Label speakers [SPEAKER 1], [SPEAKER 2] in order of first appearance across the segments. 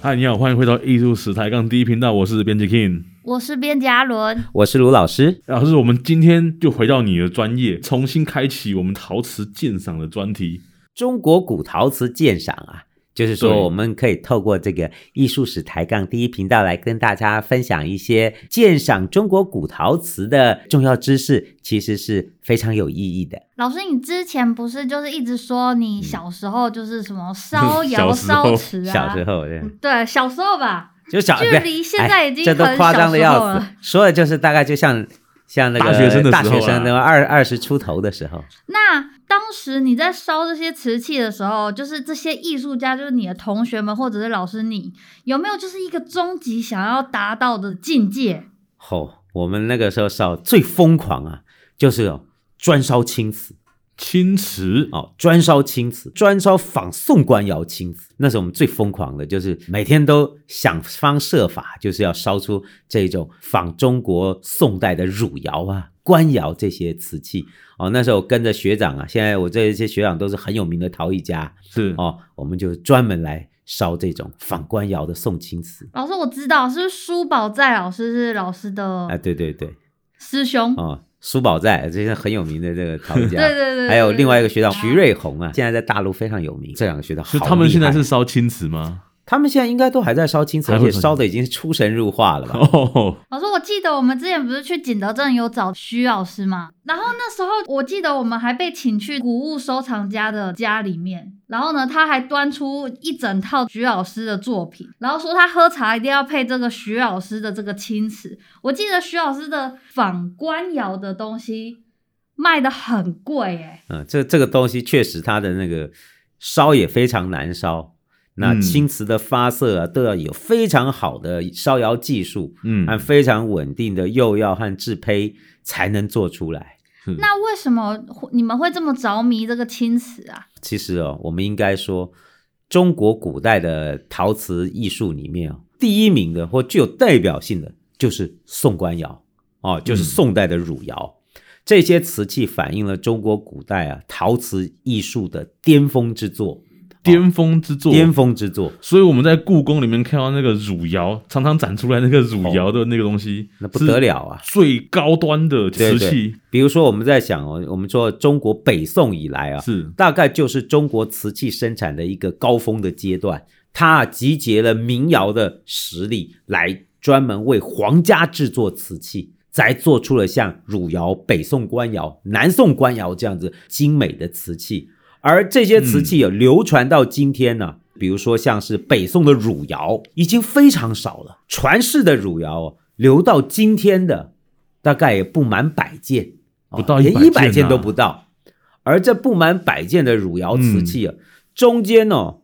[SPEAKER 1] 嗨，你好，欢迎回到艺术史抬杠第一频道，我是编辑 King。
[SPEAKER 2] 我是边嘉伦，
[SPEAKER 3] 我是卢老师。
[SPEAKER 1] 老师，我们今天就回到你的专业，重新开启我们陶瓷鉴赏的专题。
[SPEAKER 3] 中国古陶瓷鉴赏啊，就是
[SPEAKER 1] 对
[SPEAKER 3] 说我们可以透过这个艺术史抬杠第一频道来跟大家分享一些鉴赏中国古陶瓷的重要知识，其实是非常有意义的。
[SPEAKER 2] 老师，你之前不是就是一直说你小时候就是什 么烧
[SPEAKER 1] 小
[SPEAKER 2] 窑、
[SPEAKER 1] 时候
[SPEAKER 2] 烧瓷啊？
[SPEAKER 3] 嗯小时候对
[SPEAKER 2] 对，小时候吧，
[SPEAKER 3] 就小哎
[SPEAKER 2] 距离现在已经
[SPEAKER 3] 这都
[SPEAKER 2] 很
[SPEAKER 3] 夸
[SPEAKER 2] 小
[SPEAKER 3] 张的
[SPEAKER 2] 时候
[SPEAKER 3] 要死
[SPEAKER 2] 了，
[SPEAKER 3] 说的就是大概就像像那个
[SPEAKER 1] 大学生的时候啊
[SPEAKER 3] 大学
[SPEAKER 1] 啦
[SPEAKER 3] 生的二二十出头的时候，
[SPEAKER 2] 那当时你在烧这些瓷器的时候，就是这些艺术家，就是你的同学们或者是老师你，有没有就是一个终极想要达到的境界？
[SPEAKER 3] 吼、我们那个时候烧最疯狂啊，就是有专烧青瓷。
[SPEAKER 1] 青瓷，
[SPEAKER 3] 哦，专烧青瓷，专烧仿宋官窑青瓷。那时候我们最疯狂的就是每天都想方设法，就是要烧出这种仿中国宋代的汝窑啊、官窑这些瓷器。哦，那时候跟着学长啊，现在我这些学长都是很有名的陶艺家
[SPEAKER 1] 是
[SPEAKER 3] 哦，我们就专门来烧这种仿官窑的宋青瓷。
[SPEAKER 2] 老师，我知道是不是叔宝在老师是老师的
[SPEAKER 3] 啊，对对对，
[SPEAKER 2] 师兄，
[SPEAKER 3] 哦，苏宝在，这是很有名的这个陶艺家。
[SPEAKER 2] 对对对对，
[SPEAKER 3] 还有另外一个学长
[SPEAKER 2] 对
[SPEAKER 3] 徐瑞红啊，现在在大陆非常有名。这两个学长好
[SPEAKER 1] 是
[SPEAKER 3] 厉害，
[SPEAKER 1] 他们现在是烧青瓷吗？
[SPEAKER 3] 他们现在应该都还在烧青瓷，
[SPEAKER 1] 还
[SPEAKER 3] 而
[SPEAKER 1] 会
[SPEAKER 3] 且烧的已经出神入化了 吧？
[SPEAKER 1] 哦，
[SPEAKER 2] 老师，我记得我们之前不是去景德镇有找徐老师吗？然后那时候我记得我们还被请去古物收藏家的家里面，然后呢，他还端出一整套徐老师的作品，然后说他喝茶一定要配这个徐老师的这个青瓷。我记得徐老师的仿官窑的东西卖的很贵欸诶、
[SPEAKER 3] 嗯，这这个东西确实它的那个烧也非常难烧。那
[SPEAKER 1] 嗯
[SPEAKER 3] 青瓷的发色啊，都要有非常好的烧窑技术，
[SPEAKER 1] 嗯，
[SPEAKER 3] 按非常稳定的釉药和制胚才能做出来。
[SPEAKER 1] 是
[SPEAKER 2] 那为什么会你们会这么着迷这个青瓷啊？
[SPEAKER 3] 其实哦，我们应该说，中国古代的陶瓷艺术里面哦，第一名的或具有代表性的就是宋官窑哦，就
[SPEAKER 1] 嗯
[SPEAKER 3] 是宋代的汝窑。这些瓷器反映了中国古代啊陶瓷艺术的巅峰之作，
[SPEAKER 1] 巅峰之作，
[SPEAKER 3] 巅峰之作。
[SPEAKER 1] 所以我们在故宫里面看到那个汝窑，常常展出来那个汝窑的那个东西，
[SPEAKER 3] 那不得了啊！
[SPEAKER 1] 是最高端的瓷器
[SPEAKER 3] 比如说我们在想哦，我们说中国北宋以来啊，
[SPEAKER 1] 是
[SPEAKER 3] 大概就是中国瓷器生产的一个高峰的阶段，它集结了民窑的实力，来专门为皇家制作瓷器，才做出了像汝窑、北宋官窑、南宋官窑这样子精美的瓷器。而这些瓷
[SPEAKER 1] 嗯
[SPEAKER 3] 器有流传到今天呢、比如说像是北宋的汝窑，已经非常少了，传世的汝窑哦，留到今天的大概也不满百件，哦
[SPEAKER 1] 不到
[SPEAKER 3] 连
[SPEAKER 1] 100
[SPEAKER 3] 一百
[SPEAKER 1] 件啊
[SPEAKER 3] 件都不到。而这不满百件的汝窑瓷器
[SPEAKER 1] 嗯
[SPEAKER 3] 啊，中间哦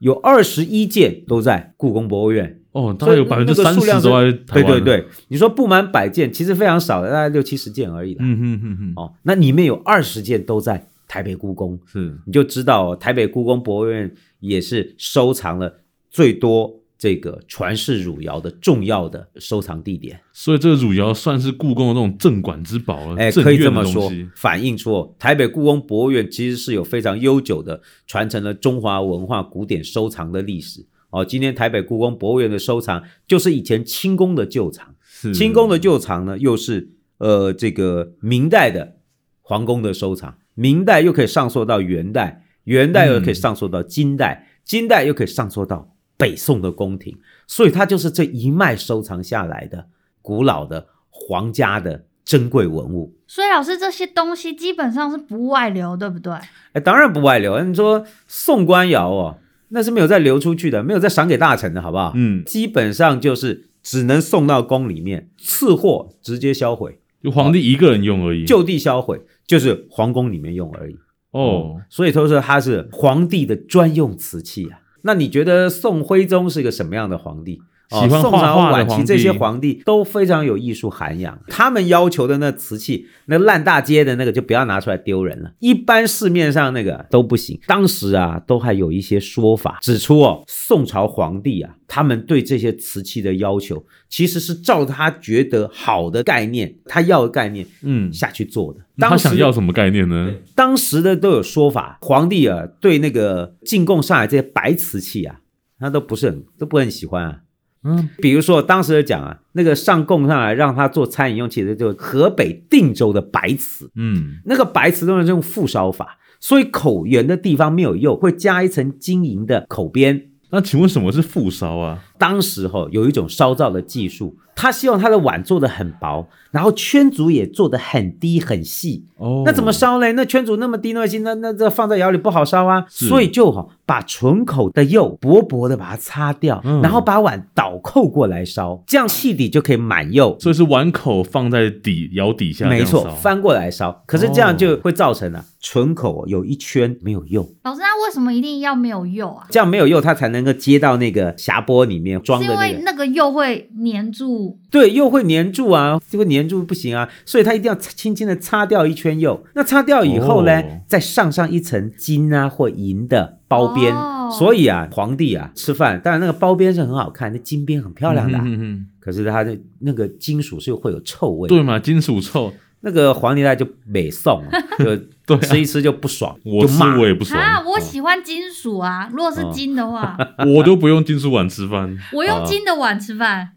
[SPEAKER 3] 有二十一件都在故宫博物院，
[SPEAKER 1] 哦，大概有百
[SPEAKER 3] 所
[SPEAKER 1] 分
[SPEAKER 3] 以那
[SPEAKER 1] 之三
[SPEAKER 3] 那个数量
[SPEAKER 1] 十
[SPEAKER 3] 是
[SPEAKER 1] 都在台
[SPEAKER 3] 对
[SPEAKER 1] 湾。
[SPEAKER 3] 对，对，你说不满百件，其实非常少的，大概六七十件而已啦。
[SPEAKER 1] 嗯哼哼哼，
[SPEAKER 3] 哦，那里面有二十件都在台北故宫，
[SPEAKER 1] 是
[SPEAKER 3] 你就知道、哦、台北故宫博物院也是收藏了最多这个传世汝窑的重要的收藏地点。
[SPEAKER 1] 所以这个汝窑算是故宫的那种镇馆之宝了，
[SPEAKER 3] 哎，
[SPEAKER 1] 镇
[SPEAKER 3] 可以这
[SPEAKER 1] 院的
[SPEAKER 3] 么
[SPEAKER 1] 东
[SPEAKER 3] 说
[SPEAKER 1] 西，
[SPEAKER 3] 反映出哦台北故宫博物院其实是有非常悠久的传承了中华文化古典收藏的历史。哦，今天台北故宫博物院的收藏就是以前清宫的旧藏，
[SPEAKER 1] 是
[SPEAKER 3] 清宫的旧藏呢又是呃这个明代的皇宫的收藏，明代又可以上溯到元代，元代又可以上溯到金
[SPEAKER 1] 嗯
[SPEAKER 3] 代，金代又可以上溯到北宋的宫廷，所以它就是这一脉收藏下来的古老的皇家的珍贵文物。
[SPEAKER 2] 所以老师这些东西基本上是不外流，对不对？
[SPEAKER 3] 哎，当然不外流。你说宋官窑哦，那是没有再流出去的，没有再赏给大臣的，好不好？
[SPEAKER 1] 嗯
[SPEAKER 3] 基本上就是只能送到宫里面，次货直接销毁，
[SPEAKER 1] 就皇帝一个人用而已，
[SPEAKER 3] 就地销毁，就是皇宫里面用而已。
[SPEAKER 1] 哦，
[SPEAKER 3] 所以都说它是皇帝的专用瓷器啊。那你觉得宋徽宗是个什么样的皇帝？哦
[SPEAKER 1] 喜欢
[SPEAKER 3] 宋
[SPEAKER 1] 画
[SPEAKER 3] 朝
[SPEAKER 1] 画的
[SPEAKER 3] 晚
[SPEAKER 1] 皇帝
[SPEAKER 3] 期这些皇帝都非常有艺术涵养，他们要求的那瓷器，那烂大街的那个就不要拿出来丢人了。一般市面上那个都不行。当时啊，都还有一些说法指出哦，宋朝皇帝啊，他们对这些瓷器的要求其实是照他觉得好的概念，他要的概念
[SPEAKER 1] 嗯，
[SPEAKER 3] 下去做的。
[SPEAKER 1] 那他
[SPEAKER 3] 当时
[SPEAKER 1] 想要什么概念呢？
[SPEAKER 3] 当时的都有说法，皇帝啊对那个进贡上来这些白瓷器啊，他都不是很都不很喜欢啊。嗯，比如说当时就讲啊，那个上供上来让他做餐饮用器的，就河北定州的白瓷，
[SPEAKER 1] 嗯，
[SPEAKER 3] 那个白瓷都是用复烧法，所以口圆的地方没有釉，会加一层晶莹的口边。
[SPEAKER 1] 那请问什么是复烧啊？
[SPEAKER 3] 当时哈、有一种烧造的技术，他希望他的碗做的很薄，然后圈足也做的很低很细，
[SPEAKER 1] 哦
[SPEAKER 3] 那怎么？烧嘞？那圈煮那么低那么细，那那这放在窑里不好烧啊，
[SPEAKER 1] 是
[SPEAKER 3] 所以就哈、把唇口的釉薄薄的把它擦掉，
[SPEAKER 1] 嗯
[SPEAKER 3] 然后把碗倒扣过来烧，这样细底就可以满釉。
[SPEAKER 1] 所以是碗口放在底窑底下，
[SPEAKER 3] 没
[SPEAKER 1] 这
[SPEAKER 3] 错，
[SPEAKER 1] 样烧
[SPEAKER 3] 翻过来烧，可是这样就会造成了、唇口有一圈没有釉，
[SPEAKER 2] 老师，那为什么一定要没有釉啊？
[SPEAKER 3] 这样没有釉它才能够接到那个匣钵里面装
[SPEAKER 2] 是
[SPEAKER 3] 的
[SPEAKER 2] 因
[SPEAKER 3] 那
[SPEAKER 2] 为
[SPEAKER 3] 个，
[SPEAKER 2] 那个釉会粘住，
[SPEAKER 3] 对，釉会粘住啊，这个粘住不行啊，所以它一定要轻轻的擦掉一圈釉。那擦掉以后呢，
[SPEAKER 1] 哦
[SPEAKER 3] 再上上一层金啊或银的包边，
[SPEAKER 2] 哦
[SPEAKER 3] 所以啊，皇帝啊吃饭，当然那个包边是很好看，那金边很漂亮的啊、
[SPEAKER 1] 嗯嗯嗯
[SPEAKER 3] 可是它的那个金属是会有臭味，
[SPEAKER 1] 对，嘛，金属臭，
[SPEAKER 3] 那个皇帝他就美送 啊，就
[SPEAKER 1] 对啊
[SPEAKER 3] 吃一吃就不爽，
[SPEAKER 1] 我
[SPEAKER 3] 就
[SPEAKER 1] 吃
[SPEAKER 3] 骂
[SPEAKER 1] 我也不爽嗯
[SPEAKER 2] 啊，我喜欢金属啊。如果是金的话，
[SPEAKER 1] 我都不用金属碗吃饭，
[SPEAKER 2] 我用金的碗吃 饭，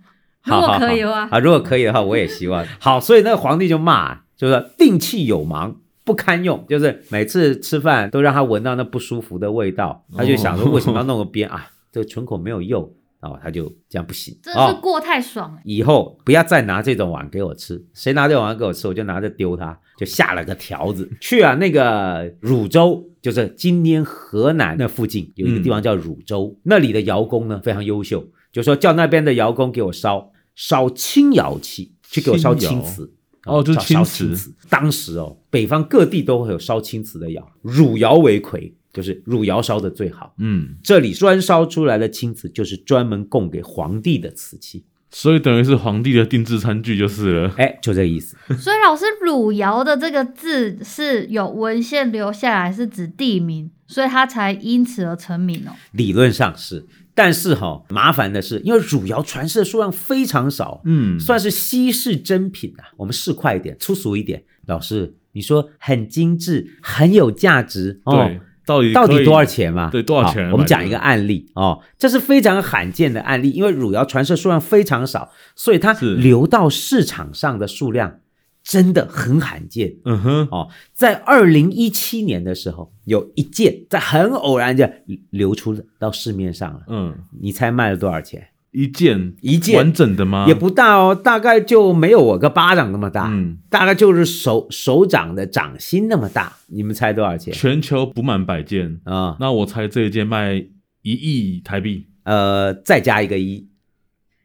[SPEAKER 2] 如
[SPEAKER 3] 好好
[SPEAKER 2] 果
[SPEAKER 3] 好
[SPEAKER 2] 可以的话，
[SPEAKER 3] 啊，如果可以的话，我也 希望。好，所以那个皇帝就骂，就是说定气有盲，不堪用，就是每次吃饭都让他闻到那不舒服的味道，他就 想说
[SPEAKER 1] 哦
[SPEAKER 3] 为什么要弄个边啊？这个唇口没有釉，然后他就这样不行
[SPEAKER 2] 真的
[SPEAKER 3] 啊、
[SPEAKER 2] 是
[SPEAKER 3] 哦
[SPEAKER 2] 过太爽了。
[SPEAKER 3] 以后不要再拿这种碗给我吃，谁拿这种碗给我吃，我就拿着丢他，就下了个 条子去啊那个汝州。就是今天河南那附近有一个地方叫汝州，
[SPEAKER 1] 嗯
[SPEAKER 3] 那里的窑工呢非常优秀，就说叫那边的窑工给我烧烧青窑器，去给我烧青瓷。
[SPEAKER 1] 窑哦就是
[SPEAKER 3] 烧
[SPEAKER 1] 青
[SPEAKER 3] 烧
[SPEAKER 1] 瓷
[SPEAKER 3] 青瓷。当时哦，北方各地都会有烧青瓷的窑，汝窑为魁，就是汝窑烧的最好。
[SPEAKER 1] 嗯，
[SPEAKER 3] 这里专烧出来的青瓷就是专门供给皇帝的瓷器。
[SPEAKER 1] 所以等于是皇帝的定制餐具就是了。
[SPEAKER 3] 哎，就这个意思。
[SPEAKER 1] 哦
[SPEAKER 2] 所以老师“汝窑”的这个字是有文献留下来，是指地名，所以它才因此而成名哦。
[SPEAKER 3] 理论上是，但是哈、麻烦的是，因为汝窑传世的数量非常少，
[SPEAKER 1] 嗯，
[SPEAKER 3] 算是稀世珍品啊。我们市侩一点，粗俗一点。老师，你说很精致，很有价值哦
[SPEAKER 1] 对。，到底
[SPEAKER 3] 到
[SPEAKER 1] 可
[SPEAKER 3] 底
[SPEAKER 1] 以
[SPEAKER 3] 多少？钱嘛？啊
[SPEAKER 1] 对多少钱
[SPEAKER 3] 好我们
[SPEAKER 1] 买
[SPEAKER 3] 讲
[SPEAKER 1] 的
[SPEAKER 3] 一个案例哦，这是非常罕见的案例，因为汝窑传世数量非常少，所以它
[SPEAKER 1] 是
[SPEAKER 3] 流到市场上的数量真的很罕见。
[SPEAKER 1] 嗯哼，
[SPEAKER 3] 哦，在二零一七年的时候，有一件在很偶然的流出了到市面上了。
[SPEAKER 1] 嗯，
[SPEAKER 3] 你猜卖了多少钱？
[SPEAKER 1] 一件
[SPEAKER 3] 一件
[SPEAKER 1] 完整的吗？
[SPEAKER 3] 也不大哦，大概就没有我个巴掌那么大，
[SPEAKER 1] 嗯，
[SPEAKER 3] 大概就是手手掌的掌心那么大。你们猜多少钱？
[SPEAKER 1] 全球不满百件，
[SPEAKER 3] 啊、
[SPEAKER 1] 那我猜这一件卖一亿台币，
[SPEAKER 3] 呃，再加一个一，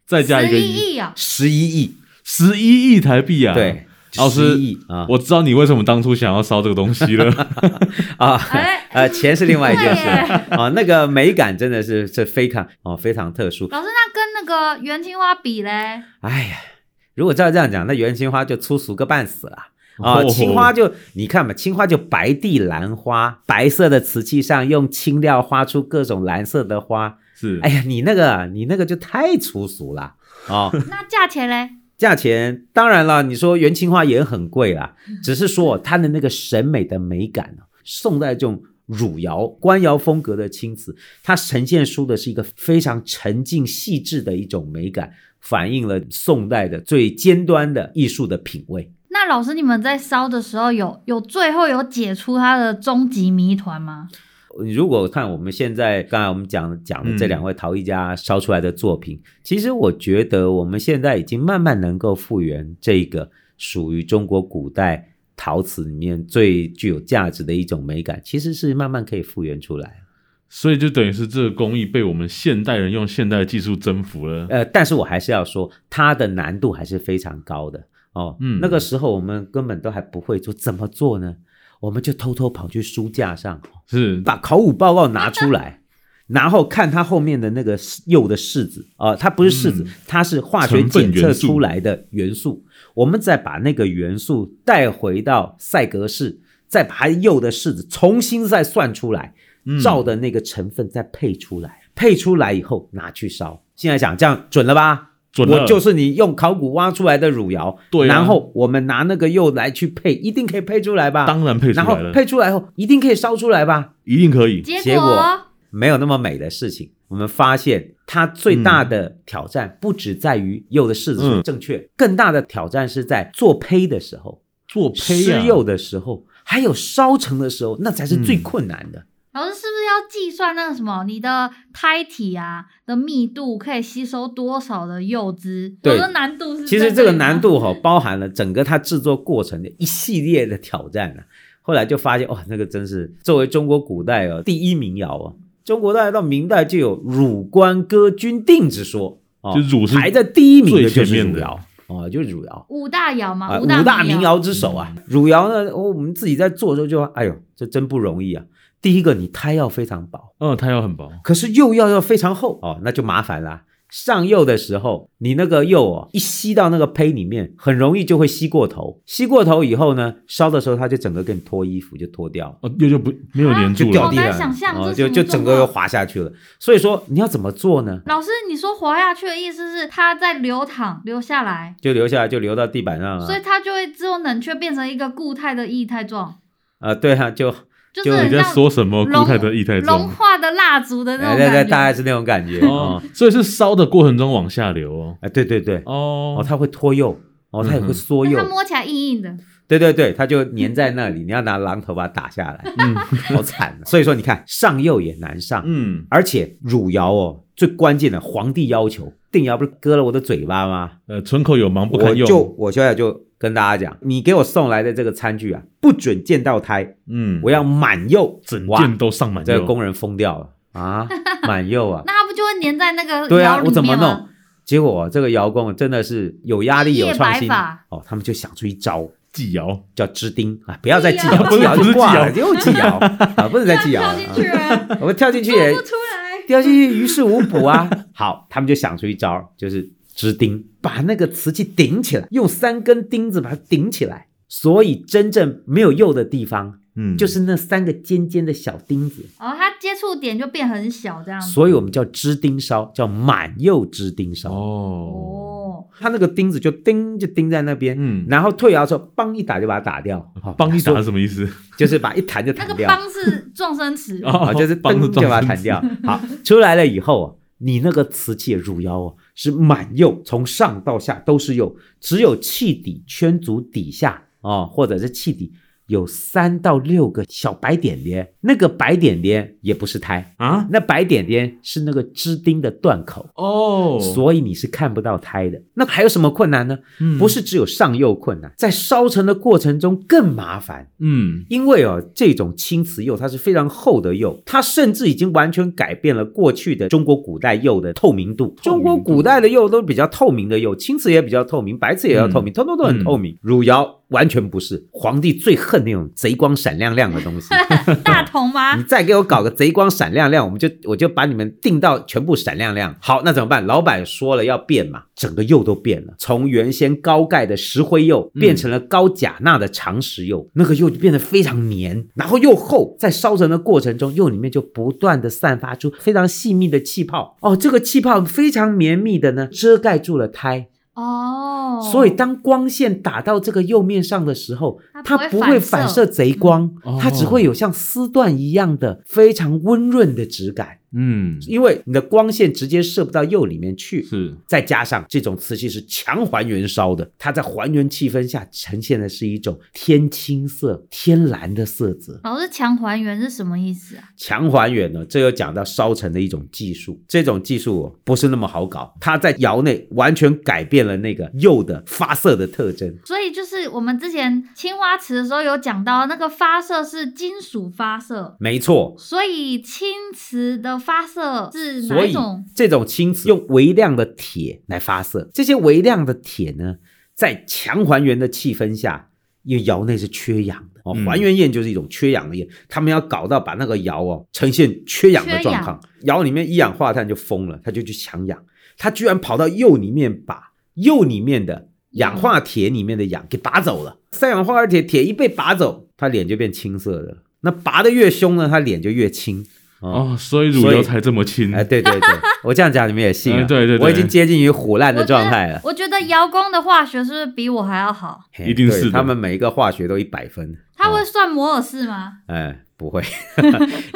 [SPEAKER 1] 再加一个
[SPEAKER 2] 十
[SPEAKER 1] 一，
[SPEAKER 2] 一 亿啊，
[SPEAKER 3] 十一亿。
[SPEAKER 1] 十一亿台币啊！
[SPEAKER 3] 对，
[SPEAKER 1] 老师
[SPEAKER 3] 11亿啊，
[SPEAKER 1] 我知道你为什么当初想要烧这个东西 了。
[SPEAKER 3] 啊，
[SPEAKER 2] 哎
[SPEAKER 3] 呃，钱是另外一
[SPEAKER 2] 对
[SPEAKER 3] 件
[SPEAKER 2] 耶
[SPEAKER 3] 事啊，那个美感真的是是非常哦非常特殊。
[SPEAKER 2] 老师，那跟那个元青花比嘞？
[SPEAKER 3] 哎呀，如果照这样讲，那元青花就粗俗个半死了。啊、
[SPEAKER 1] 哦
[SPEAKER 3] 青花就你看嘛，青花就白地兰花，白色的瓷器上用青料花出各种蓝色的花。
[SPEAKER 1] 是，
[SPEAKER 3] 哎呀，你那个你那个就太粗俗了啊、哦
[SPEAKER 2] 那价钱嘞？
[SPEAKER 3] 价钱当然了，你说元青花也很贵啦，只是说它的那个审美的美感啊宋代这种汝窑、官窑风格的青瓷，它呈现出的是一个非常沉静细致的一种美感，反映了宋代的最尖端的艺术的品味。
[SPEAKER 2] 那老师，你们在烧的时候有有最后有解出它的终极谜团吗？
[SPEAKER 3] 如果看我们现在刚才我们讲讲的这
[SPEAKER 1] 嗯
[SPEAKER 3] 两位陶艺家烧出来的作品，其实我觉得我们现在已经慢慢能够复原这个属于中国古代陶瓷里面最具有价值的一种美感，其实是慢慢可以复原出来。
[SPEAKER 1] 所以就等于是这个工艺被我们现代人用现代技术征服了。
[SPEAKER 3] 呃，但是我还是要说，它的难度还是非常高的哦。
[SPEAKER 1] 嗯
[SPEAKER 3] 那个时候我们根本都还不会做，怎么做呢？我们就偷偷跑去书架上，
[SPEAKER 1] 是，
[SPEAKER 3] 把考古报告拿出来， 然后看它后面的那个釉的式子，呃，它不是式子，
[SPEAKER 1] 嗯
[SPEAKER 3] 它是化学
[SPEAKER 1] 成分
[SPEAKER 3] 检测
[SPEAKER 1] 元素
[SPEAKER 3] 出来的元素。我们再把那个元素带回到赛格式，再把它釉的式子重新再算出来，
[SPEAKER 1] 嗯
[SPEAKER 3] 照的那个成分再配出来，配出来以后拿去烧。现在讲这样准了吧？
[SPEAKER 1] 准了
[SPEAKER 3] 我就是你用考古挖出来的汝窑，
[SPEAKER 1] 对啊
[SPEAKER 3] 然后我们拿那个釉来去配，一定可以配出来吧？
[SPEAKER 1] 当然配出
[SPEAKER 3] 然后
[SPEAKER 1] 来了，
[SPEAKER 3] 配出来后，一定可以烧出来吧？
[SPEAKER 1] 一定可以。
[SPEAKER 2] 结
[SPEAKER 3] 结果没有那么美的事情。我们发现它最大的挑战不只在于釉的柿子水
[SPEAKER 1] 嗯
[SPEAKER 3] 正确，更大的挑战是在做胚的时候、
[SPEAKER 1] 做胚
[SPEAKER 3] 施
[SPEAKER 1] 啊，
[SPEAKER 3] 釉的时候，还有烧成的时候，那才是最困难的。
[SPEAKER 1] 嗯
[SPEAKER 2] 老师是不是要计算那个什么你的胎体啊的密度可以吸收多少的柚汁？
[SPEAKER 3] 对
[SPEAKER 2] 我说难度是
[SPEAKER 3] 其
[SPEAKER 2] 在
[SPEAKER 3] 实
[SPEAKER 2] 里
[SPEAKER 3] 这个
[SPEAKER 2] 吗
[SPEAKER 3] 难度哈、包含了整个它制作过程的一系列的挑战呢、啊后来就发现，哇，那个真是作为中国古代哦第一民谣哦，中国大概到明代就有乳官歌君定之说哦，
[SPEAKER 1] 就乳是
[SPEAKER 3] 排在第一名的就
[SPEAKER 1] 最前
[SPEAKER 3] 是
[SPEAKER 1] 面
[SPEAKER 3] 汝
[SPEAKER 1] 的
[SPEAKER 3] 窑哦，就是汝窑。
[SPEAKER 2] 五大窑嘛，
[SPEAKER 3] 啊，
[SPEAKER 2] 大
[SPEAKER 3] 五大
[SPEAKER 2] 民
[SPEAKER 3] 民谣之首啊。汝窑呢，哦我们自己在做的时候就，哎呦，这真不容易啊。第一个，你胎要非常薄，
[SPEAKER 1] 嗯，它要很薄，
[SPEAKER 3] 可是釉要要非常厚哦，那就麻烦啦。上釉的时候，你那个釉哦，一吸到那个胚里面，很容易就会吸过头。吸过头以后呢，烧的时候它就整个给你脱衣服，就脱掉了。
[SPEAKER 1] 哦，又就不没有粘
[SPEAKER 3] 啊就
[SPEAKER 1] 住
[SPEAKER 3] 掉
[SPEAKER 1] 了
[SPEAKER 3] 地，
[SPEAKER 2] 好
[SPEAKER 3] 上
[SPEAKER 2] 难想象
[SPEAKER 3] 哦，
[SPEAKER 2] 这是什么
[SPEAKER 3] 就就
[SPEAKER 2] 状
[SPEAKER 3] 整个又
[SPEAKER 2] 况
[SPEAKER 3] 滑下去了。所以说你要怎么做呢？
[SPEAKER 2] 老师，你说活下去的意思是它在流淌流下来，
[SPEAKER 3] 就留下来，就留到地板上
[SPEAKER 2] 所以
[SPEAKER 3] 了。
[SPEAKER 2] 它就会只有冷却变成一个固态的液态状，
[SPEAKER 3] 啊，对啊，就
[SPEAKER 2] 就
[SPEAKER 3] 就是
[SPEAKER 1] 你
[SPEAKER 2] 很
[SPEAKER 1] 在
[SPEAKER 2] 像
[SPEAKER 1] 说什么？
[SPEAKER 2] 融
[SPEAKER 1] 固态的液态
[SPEAKER 2] 融
[SPEAKER 1] 中
[SPEAKER 2] 化的蜡烛的那
[SPEAKER 3] 哎，
[SPEAKER 2] 种
[SPEAKER 3] 对对，
[SPEAKER 2] 感
[SPEAKER 3] 大概
[SPEAKER 2] 觉。
[SPEAKER 3] 是那种感觉
[SPEAKER 1] 哦
[SPEAKER 3] 哦。，
[SPEAKER 1] 所以是烧的过程中往下流哦。
[SPEAKER 3] 啊，对对对，哦，
[SPEAKER 1] 哦，
[SPEAKER 3] 它会脱釉，哦，它也
[SPEAKER 1] 嗯
[SPEAKER 3] 会
[SPEAKER 1] 哼
[SPEAKER 3] 缩
[SPEAKER 2] 但
[SPEAKER 3] 釉
[SPEAKER 2] 它，摸起来硬硬的，
[SPEAKER 3] 对对对，它就粘在那里，你要拿榔头把它打下来，
[SPEAKER 1] 嗯
[SPEAKER 3] 好惨啊、所以说你看上釉也难上，
[SPEAKER 1] 嗯，
[SPEAKER 3] 而且汝窑哦，最关键的皇帝要求，定窑不是割了我的嘴巴吗？
[SPEAKER 1] 呃，唇口有芒不
[SPEAKER 3] 我
[SPEAKER 1] 堪用，
[SPEAKER 3] 就我现在就跟大家讲，你给我送来的这个餐具啊，不准见到胎，
[SPEAKER 1] 嗯，
[SPEAKER 3] 我要满釉，
[SPEAKER 1] 整
[SPEAKER 3] 哇
[SPEAKER 1] 件都上满
[SPEAKER 3] 这个
[SPEAKER 1] 釉，
[SPEAKER 3] 工人疯掉了啊， 满釉啊，
[SPEAKER 2] 那它不就会粘在那个
[SPEAKER 3] 对
[SPEAKER 2] 窑
[SPEAKER 3] 啊，
[SPEAKER 2] 里
[SPEAKER 3] 我怎么
[SPEAKER 2] 面
[SPEAKER 3] 弄
[SPEAKER 2] 吗？？
[SPEAKER 3] 结果这个窑工真的是有压力、
[SPEAKER 2] 一夜
[SPEAKER 3] 有创新
[SPEAKER 2] 白发
[SPEAKER 3] 哦，他们就想出一招，
[SPEAKER 1] 纪窑，
[SPEAKER 3] 叫织钉啊，不要再
[SPEAKER 2] 织
[SPEAKER 3] 寄
[SPEAKER 2] 谣
[SPEAKER 3] 谣，寄谣
[SPEAKER 1] 不是
[SPEAKER 3] 就挂了，
[SPEAKER 1] 不
[SPEAKER 3] 又寄谣啊，不能再寄谣
[SPEAKER 2] 跳
[SPEAKER 3] 了
[SPEAKER 2] 进。去 了，
[SPEAKER 3] 啊我们跳进去也
[SPEAKER 2] 做不出来。
[SPEAKER 3] 掉进去于事无补啊。好，他们就想出一招，就是织钉，把那个瓷器顶起来，用三根钉子把它顶起来。所以真正没有釉的地方，
[SPEAKER 1] 嗯，
[SPEAKER 3] 就是那三个尖尖的小钉子，
[SPEAKER 2] 哦，它接触点就变很小，这样子。
[SPEAKER 3] 所以我们叫织钉烧，叫满釉织钉烧。
[SPEAKER 1] 哦，
[SPEAKER 2] 哦，
[SPEAKER 3] 它那个钉子就钉就钉在那边，
[SPEAKER 1] 嗯
[SPEAKER 3] 然后退窑的时候，梆一打就把它打掉，哦
[SPEAKER 1] 帮一打
[SPEAKER 3] 把它
[SPEAKER 1] 是
[SPEAKER 3] 说
[SPEAKER 1] 什么意思？
[SPEAKER 3] 就是把一弹就
[SPEAKER 2] 那
[SPEAKER 3] 弹
[SPEAKER 2] 个
[SPEAKER 3] 掉。
[SPEAKER 2] 帮是撞声词，
[SPEAKER 1] 哦
[SPEAKER 3] 啊，就是
[SPEAKER 1] 帮着
[SPEAKER 3] 灯就把它
[SPEAKER 1] 撞
[SPEAKER 3] 弹掉。 好，出来了以后啊，你那个瓷器的汝窑哦，是满釉，从上到下都是釉，只有器底圈足底下哦，或者是器底有三到六个小白点点，那个白点点也不是胎，
[SPEAKER 1] 啊，
[SPEAKER 3] 那白点点是那个支钉的断口。
[SPEAKER 1] 哦，
[SPEAKER 3] 所以你是看不到胎的，那还有什么困难呢？
[SPEAKER 1] 嗯
[SPEAKER 3] 不是，只有上釉困难，在烧成的过程中更麻烦。
[SPEAKER 1] 嗯
[SPEAKER 3] 因为哦，这种青瓷釉它是非常厚的釉，它甚至已经完全改变了过去的中国古代釉的透明度。
[SPEAKER 1] 透明度
[SPEAKER 3] 中国古代的釉都比较透明的釉，青瓷也比较透明，白瓷也要透明，通通都很透明。汝窑完全不是，皇帝最恨那种贼光闪亮亮的东西。
[SPEAKER 2] 大同吗
[SPEAKER 3] 你？再给我搞个贼光闪亮亮，我们就我就把你们定到全部闪亮亮。好，那怎么办？老板说了要变嘛，整个釉都变了，从原先高钙的石灰釉变成了高钾钠的长石釉，那个釉就变得非常黏，然后又厚，在烧成的过程中，釉里面就不断的散发出非常细密的气泡。哦，这个气泡非常绵密的呢，遮盖住了胎，
[SPEAKER 2] 哦，
[SPEAKER 3] 所以当光线打到这个釉面上的时候，
[SPEAKER 2] 它
[SPEAKER 3] 它
[SPEAKER 2] 不
[SPEAKER 3] 不
[SPEAKER 2] 会
[SPEAKER 3] 会
[SPEAKER 2] 反
[SPEAKER 3] 反
[SPEAKER 2] 射
[SPEAKER 3] 射贼光，
[SPEAKER 1] 嗯
[SPEAKER 3] 它只
[SPEAKER 1] 哦
[SPEAKER 3] 会有像丝缎一样的非常温润的质感，
[SPEAKER 1] 嗯，
[SPEAKER 3] 因为你的光线直接射不到釉里面去。
[SPEAKER 1] 是
[SPEAKER 3] 再加上这种瓷器是强还原烧的，它在还原气氛下呈现的是一种天青色、天蓝的色泽。
[SPEAKER 2] 老师强还原是什么意思啊？
[SPEAKER 3] 强还原呢，这又讲到烧成的一种技术，这种技术哦不是那么好搞，它在窑内完全改变了那个釉的发色的特征。
[SPEAKER 2] 所以就是我们之前青花瓷的时候有讲到，那个发色是金属发色，
[SPEAKER 3] 没错，
[SPEAKER 2] 所以青瓷的发色是哪
[SPEAKER 3] 所
[SPEAKER 2] 一
[SPEAKER 3] 以
[SPEAKER 2] 种？
[SPEAKER 3] 这种青瓷用微量的铁来发色，这些微量的铁呢，在强还原的气氛下，因为窑内是缺氧的哦
[SPEAKER 1] 嗯，
[SPEAKER 3] 还原宴就是一种缺氧的宴，他们要搞到把那个窑哦呈现缺氧的状况，窑里面一氧化碳就疯了，他就去强氧，他居然跑到釉里面把釉里面的氧化铁里面的氧给拔走了，三氧化二铁铁一被拔走，他脸就变青色的了，那拔的越凶呢，他脸就越青。哦
[SPEAKER 1] 哦，所以乳
[SPEAKER 3] 所以
[SPEAKER 1] 油才这么轻，
[SPEAKER 3] 哎，对对对，我这样讲你们也信啊？
[SPEAKER 1] 嗯对对对
[SPEAKER 3] 我已经接近于虎烂的状态了。啊
[SPEAKER 2] 我觉得，我觉得姚工的化学是不是比我还要好？
[SPEAKER 3] 嘿
[SPEAKER 1] 一定
[SPEAKER 3] 对
[SPEAKER 1] 是的
[SPEAKER 3] 他们每一个化学都一百分，
[SPEAKER 2] 他他会算摩尔式吗？
[SPEAKER 3] 哎，不会，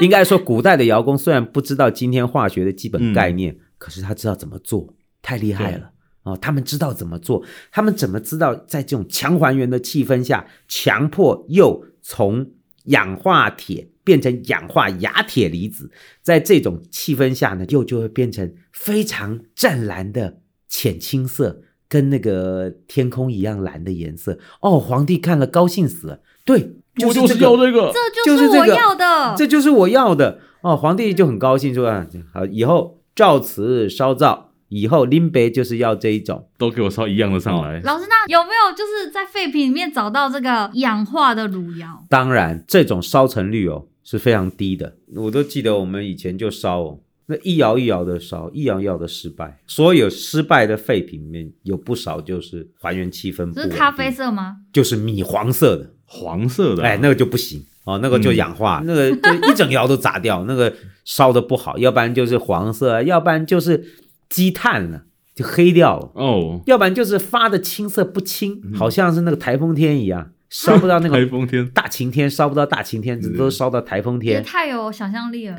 [SPEAKER 3] 应该说古代的窑工虽然不知道今天化学的基本概念，
[SPEAKER 1] 嗯
[SPEAKER 3] 可是他知道怎么做，太厉害了哦！他们知道怎么做，他们怎么知道在这种强还原的气氛下，强迫铀从氧化铁变成氧化亚铁离子，在这种气氛下呢，铀就会变成非常湛蓝的浅青色。跟那个天空一样蓝的颜色哦，皇帝看了高兴死了。对，
[SPEAKER 1] 我
[SPEAKER 3] 是
[SPEAKER 1] 就
[SPEAKER 3] 这
[SPEAKER 1] 是
[SPEAKER 3] 个
[SPEAKER 1] 要这个，
[SPEAKER 2] 这
[SPEAKER 3] 就是这个
[SPEAKER 2] 我要的。
[SPEAKER 3] 这就是我要的哦。皇帝就很高兴说啊，好，以后照此烧造，以后林北就是要这一种。
[SPEAKER 1] 都给我烧一样的上来。
[SPEAKER 2] 老师，那有没有就是在废品里面找到这个氧化的汝窑？
[SPEAKER 3] 当然，这种烧成率哦是非常低的。我都记得我们以前就烧哦，那一窑一窑的烧，一窑一窑的失败。所有失败的废品里面有不少就是还原气氛不
[SPEAKER 2] 这
[SPEAKER 3] 稳
[SPEAKER 2] 是
[SPEAKER 3] 定，
[SPEAKER 2] 咖啡色吗？
[SPEAKER 3] 就是米黄色的，
[SPEAKER 1] 黄色的啊、嗯
[SPEAKER 3] 哎，那个就不行哦，那个就氧化，那个就一整窑都砸掉，那个烧的不好，要不然就是黄色啊，要不然就是积碳了，就黑掉了，
[SPEAKER 1] 哦，
[SPEAKER 3] 要不然就是发的青色不清，
[SPEAKER 1] 嗯
[SPEAKER 3] 好像是那个台风天一样，烧不到 那
[SPEAKER 1] 台
[SPEAKER 3] 个
[SPEAKER 1] 风嗯天
[SPEAKER 3] 大晴天，烧不到大晴天，这都烧到台风
[SPEAKER 2] 也
[SPEAKER 3] 天，
[SPEAKER 2] 太有想象力了，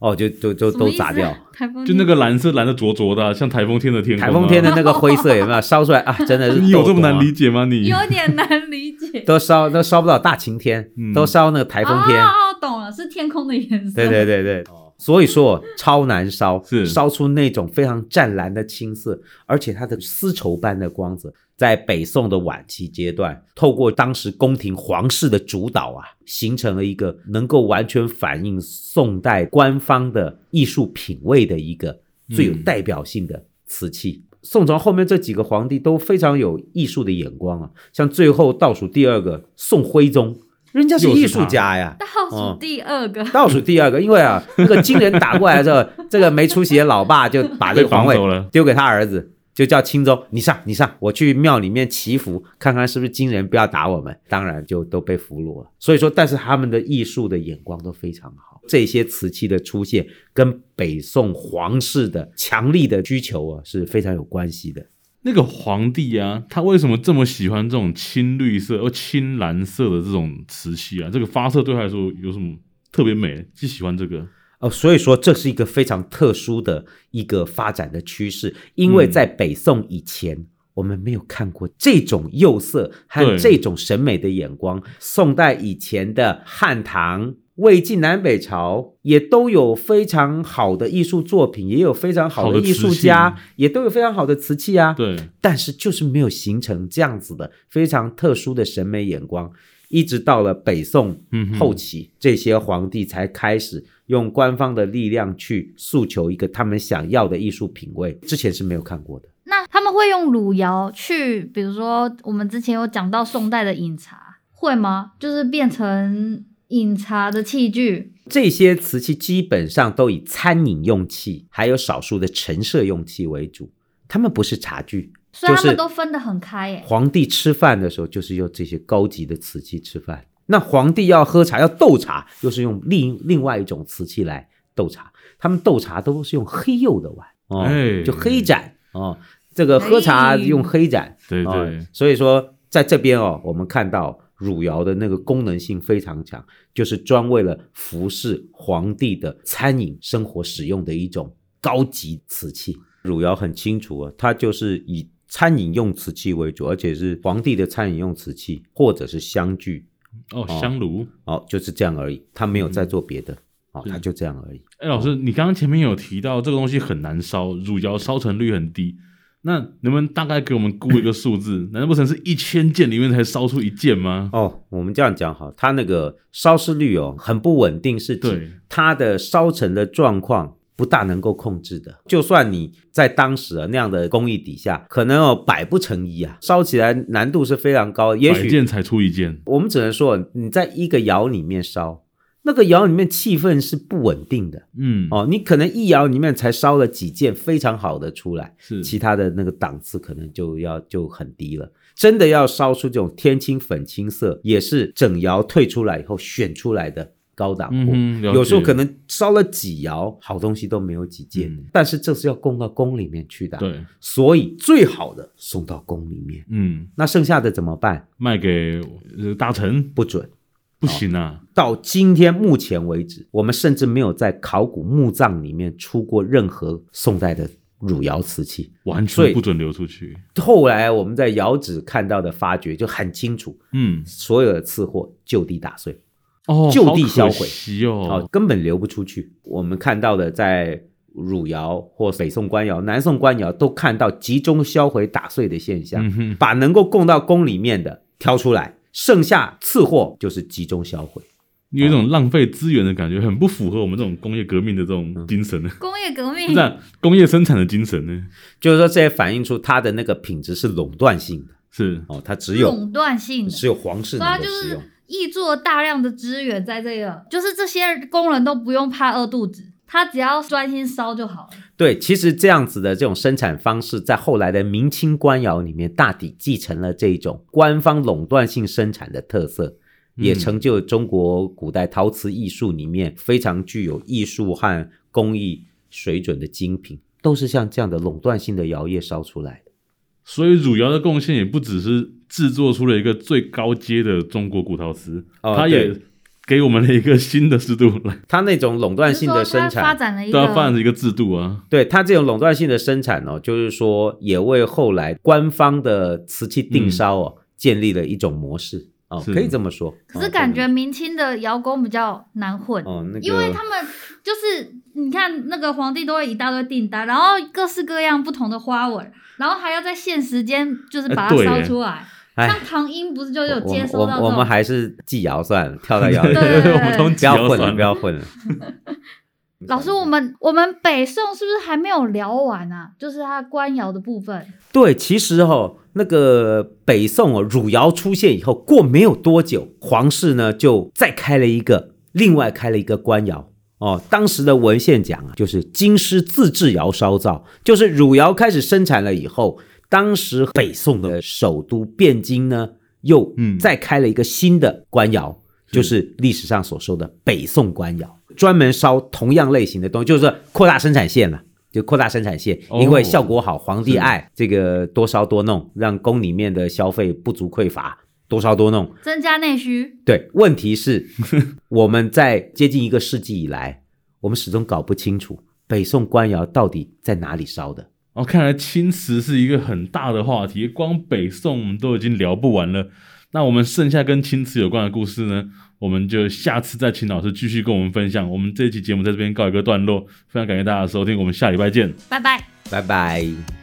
[SPEAKER 3] 哦，就就就
[SPEAKER 2] 什么
[SPEAKER 3] 都
[SPEAKER 2] 意思啊
[SPEAKER 3] 砸掉。
[SPEAKER 2] 台风
[SPEAKER 1] 就那个蓝色蓝的灼灼的啊、像台风天的天空、
[SPEAKER 3] 台风天的，那个灰色有没有烧出来啊？真的是
[SPEAKER 1] 你啊 有这么难理
[SPEAKER 3] 解？
[SPEAKER 1] 解吗？你
[SPEAKER 2] 有点难理 解。
[SPEAKER 3] 都烧都烧不到大晴天，
[SPEAKER 1] 嗯
[SPEAKER 3] 都烧那个台风天。
[SPEAKER 2] 哦，懂了，是天空的颜色。
[SPEAKER 3] 对对对对，所以说超难烧，
[SPEAKER 1] 是
[SPEAKER 3] 烧出那种非常湛蓝的青色，而且它的丝绸般的光泽，在北宋的晚期阶段，透过当时宫廷皇室的主导啊，形成了一个能够完全反映宋代官方的艺术品味的一个最有
[SPEAKER 1] 嗯
[SPEAKER 3] 代表性的瓷器。宋朝后面这几个皇帝都非常有艺术的眼光啊，像最后倒数第二个宋徽宗，人家是
[SPEAKER 1] 又是
[SPEAKER 3] 艺术
[SPEAKER 1] 他
[SPEAKER 3] 家呀，
[SPEAKER 2] 倒
[SPEAKER 3] 哦
[SPEAKER 2] 数第二个，
[SPEAKER 3] 倒数第二个，因为啊，那个金人打过来之后，这个没出息的老爸就把
[SPEAKER 1] 被
[SPEAKER 3] 这个皇
[SPEAKER 1] 绑
[SPEAKER 3] 位
[SPEAKER 1] 走了。
[SPEAKER 3] 丢给他儿子，就叫钦宗，你上你上，我去庙里面祈福，看看是不是金人不要打我们。当然就都被俘虏了。所以说，但是他们的艺术的眼光都非常好。这些瓷器的出现跟北宋皇室的强力的需求啊是非常有关系的。
[SPEAKER 1] 那个皇帝啊，他为什么这么喜欢这种青绿色而青蓝色的这种瓷器啊？这个发色对他来说有什么特别美？就喜欢这个
[SPEAKER 3] 哦，所以说这是一个非常特殊的一个发展的趋势，因为
[SPEAKER 1] 嗯
[SPEAKER 3] 在北宋以前，我们没有看过这种釉色和
[SPEAKER 1] 对
[SPEAKER 3] 这种审美的眼光。宋代以前的汉唐、魏晋南北朝也都有非常好的艺术作品，也有非常好
[SPEAKER 1] 好
[SPEAKER 3] 的
[SPEAKER 1] 的
[SPEAKER 3] 艺
[SPEAKER 1] 瓷
[SPEAKER 3] 术
[SPEAKER 1] 器
[SPEAKER 3] 家，也都有非常好的瓷器啊。
[SPEAKER 1] 对，
[SPEAKER 3] 但是就是没有形成这样子的非常特殊的审美眼光，一直到了北宋
[SPEAKER 1] 嗯哼
[SPEAKER 3] 后期，这些皇帝才开始用官方的力量去诉求一个他们想要的艺术品味，之前是没有看过的。
[SPEAKER 2] 那他们会用汝窑去，比如说我们之前有讲到宋代的饮茶，会吗？就是变成饮茶的器具。
[SPEAKER 3] 这些瓷器基本上都以餐饮用器，还有少数的陈设用器为主，他们不是茶具。
[SPEAKER 2] 所以他
[SPEAKER 3] 就是
[SPEAKER 2] 们都分得很开耶、
[SPEAKER 3] 皇帝吃饭的时候就是用这些高级的瓷器吃饭，那皇帝要喝茶要斗茶，又是用另另外一种瓷器来斗茶。他们斗茶都是用黑釉的碗哦，
[SPEAKER 1] 哎
[SPEAKER 3] 就黑盏哦。这个喝茶用黑盏，
[SPEAKER 1] 对
[SPEAKER 3] 哦
[SPEAKER 1] 对
[SPEAKER 3] 所以说在这边哦，我们看到汝窑的那个功能性非常强，就是专为了服侍皇帝的餐饮生活使用的一种高级瓷器。汝窑很清楚啊，它就是以餐饮用瓷器为主，而且是皇帝的餐饮用瓷器或者是香具，
[SPEAKER 1] 哦，香炉。
[SPEAKER 3] 哦，就是这样而已，它没有再做
[SPEAKER 1] 嗯
[SPEAKER 3] 别的，哦，
[SPEAKER 1] 是
[SPEAKER 3] 它就这样而已。
[SPEAKER 1] 哎，老师，你刚刚前面有提到这个东西很难烧，乳窑烧成率很低。那能不能大概给我们估一个数 字？难道不成是一千件里面才烧出一件吗？
[SPEAKER 3] 哦，我们这样讲好，它那个烧失率哦很不稳定，是
[SPEAKER 1] 对
[SPEAKER 3] 指它的烧成的状况不大能够控制的。就算你在当时啊那样的工艺底下，可能哦百不成一啊，烧起来难度是非常高。也
[SPEAKER 1] 百
[SPEAKER 3] 许
[SPEAKER 1] 件才出一件，
[SPEAKER 3] 我们只能说，你在一个窑里面烧，那个窑里面气氛是不稳定的
[SPEAKER 1] 嗯，
[SPEAKER 3] 哦，你可能一窑里面才烧了几件非常好的出来。
[SPEAKER 1] 是
[SPEAKER 3] 其他的那个档次可能就要就很低了。真的要烧出这种天青粉青色，也是整窑退出来以后选出来的高档货。
[SPEAKER 1] 嗯哼了解
[SPEAKER 3] 有时候可能烧了几窑，好东西都没有几件，
[SPEAKER 1] 嗯
[SPEAKER 3] 但是这是要供到宫里面去的。，啊
[SPEAKER 1] 对，
[SPEAKER 3] 所以最好的送到宫里面，
[SPEAKER 1] 嗯，
[SPEAKER 3] 那剩下的怎么办？
[SPEAKER 1] 卖给呃大臣
[SPEAKER 3] 不准，
[SPEAKER 1] 不行啊，
[SPEAKER 3] 到今天目前为止，我们甚至没有在考古墓葬里面出过任何宋代的汝窑瓷器。
[SPEAKER 1] 完
[SPEAKER 3] 所以
[SPEAKER 1] 全不准流出去。
[SPEAKER 3] 后来我们在窑址看到的发掘就很清楚，
[SPEAKER 1] 嗯，
[SPEAKER 3] 所有的次货就地打碎，
[SPEAKER 1] 哦，
[SPEAKER 3] 就地销毁
[SPEAKER 1] 好可惜
[SPEAKER 3] 哦
[SPEAKER 1] 哦，，
[SPEAKER 3] 根本流不出去。我们看到的在汝窑或北宋官窑、南宋官窑都看到集中销毁打碎的现象，
[SPEAKER 1] 嗯哼，
[SPEAKER 3] 把能够供到宫里面的挑出来，剩下次货就是集中销毁。
[SPEAKER 1] 有一种浪费资源的感觉，很不符合我们这种工业革命的这
[SPEAKER 3] 嗯
[SPEAKER 1] 种精神呢。
[SPEAKER 2] 工业革
[SPEAKER 1] 不
[SPEAKER 2] 命
[SPEAKER 1] 是啊工业生产的精神呢？
[SPEAKER 3] 就是说，这也反映出它的那个品质是垄断性的
[SPEAKER 1] 是
[SPEAKER 3] 哦，它只有
[SPEAKER 2] 垄断性的，
[SPEAKER 3] 只有皇室
[SPEAKER 2] 对啊，
[SPEAKER 3] 能
[SPEAKER 2] 就
[SPEAKER 3] 够使用
[SPEAKER 2] 是。挹注了大量的资源在这个，就是这些工人都不用怕饿肚子，他只要专心烧就好了。
[SPEAKER 3] 对，其实这样子的这种生产方式，在后来的明清官窑里面，大抵继承了这种官方垄断性生产的特色，也
[SPEAKER 1] 嗯
[SPEAKER 3] 成就了中国古代陶瓷艺术里面非常具有艺术和工艺水准的精品，都是像这样的垄断性的窑业烧出来的。
[SPEAKER 1] 所以汝窑的贡献也不只是制作出了一个最高阶的中国古陶瓷，
[SPEAKER 3] 哦
[SPEAKER 1] 它也
[SPEAKER 3] 对
[SPEAKER 1] 给我们了一个新的制度来，
[SPEAKER 3] 它那种垄断
[SPEAKER 2] 就是
[SPEAKER 3] 性
[SPEAKER 2] 说
[SPEAKER 3] 的
[SPEAKER 2] 他
[SPEAKER 3] 生
[SPEAKER 2] 发
[SPEAKER 3] 产，
[SPEAKER 2] 展了一
[SPEAKER 1] 都要放
[SPEAKER 2] 个，
[SPEAKER 1] 一个制度啊。
[SPEAKER 3] 对它这种垄断性的生产哦，就是说也为后来官方的瓷器定
[SPEAKER 1] 嗯
[SPEAKER 3] 烧哦，建立了一种模式哦，
[SPEAKER 1] 是
[SPEAKER 3] 可以这么说。
[SPEAKER 2] 可
[SPEAKER 3] 哦
[SPEAKER 2] 是感觉
[SPEAKER 3] 对
[SPEAKER 2] 明清的窑工比较难混，
[SPEAKER 3] 哦，那个
[SPEAKER 2] 因为他们就是你看那个皇帝都会一大堆订单，然后各式各样不同的花纹，然后还要在限时间就是把
[SPEAKER 1] 哎
[SPEAKER 2] 它
[SPEAKER 1] 对
[SPEAKER 2] 烧
[SPEAKER 1] 耶
[SPEAKER 2] 出来。
[SPEAKER 3] 哎
[SPEAKER 2] 像唐英不是就有
[SPEAKER 3] 我
[SPEAKER 2] 接
[SPEAKER 3] 们
[SPEAKER 2] 收
[SPEAKER 3] 我
[SPEAKER 2] 到
[SPEAKER 3] 们
[SPEAKER 2] 这
[SPEAKER 3] 我们
[SPEAKER 2] 种，
[SPEAKER 3] 还是记窑算了，跳到窑里
[SPEAKER 2] 对对 对
[SPEAKER 1] 我们从
[SPEAKER 3] 不要混了，
[SPEAKER 1] 算
[SPEAKER 3] 不要混了。
[SPEAKER 2] 老师，我们我们北宋是不是还没有聊完啊？就是它官窑的部分，
[SPEAKER 3] 对，其实哦，那个北宋哦，汝窑出现以后，过没有多久，皇室呢就再开了一个，另外开了一个官窑。哦，当时的文献讲啊，就是京师自制窑烧造，就是汝窑开始生产了以后，当时北宋的首都汴京呢，又
[SPEAKER 1] 嗯
[SPEAKER 3] 再开了一个新的官窑，就是历史上所说的北宋官窑，专门烧同样类型的东西，就是扩大生产线了。就扩大生产线，
[SPEAKER 1] 哦
[SPEAKER 3] 因为效果好，皇帝
[SPEAKER 1] 是
[SPEAKER 3] 爱这个多烧多弄，让宫里面的消费不足匮乏，多烧多弄。
[SPEAKER 2] 增加内需，
[SPEAKER 3] 对，问 题是我们在接近一个世纪以来，我们始终搞不清楚北宋官窑到底在哪里烧的。
[SPEAKER 1] 哦，看来青瓷是一个很大的话题，光北宋我们都已经聊不完了。那我们剩下跟青瓷有关的故事呢，我们就下次再请老师继续跟我们分享。我们这一期节目在这边告一个段落，非常感谢大家的收听，我们下礼拜见。
[SPEAKER 2] 拜拜。
[SPEAKER 3] 拜拜。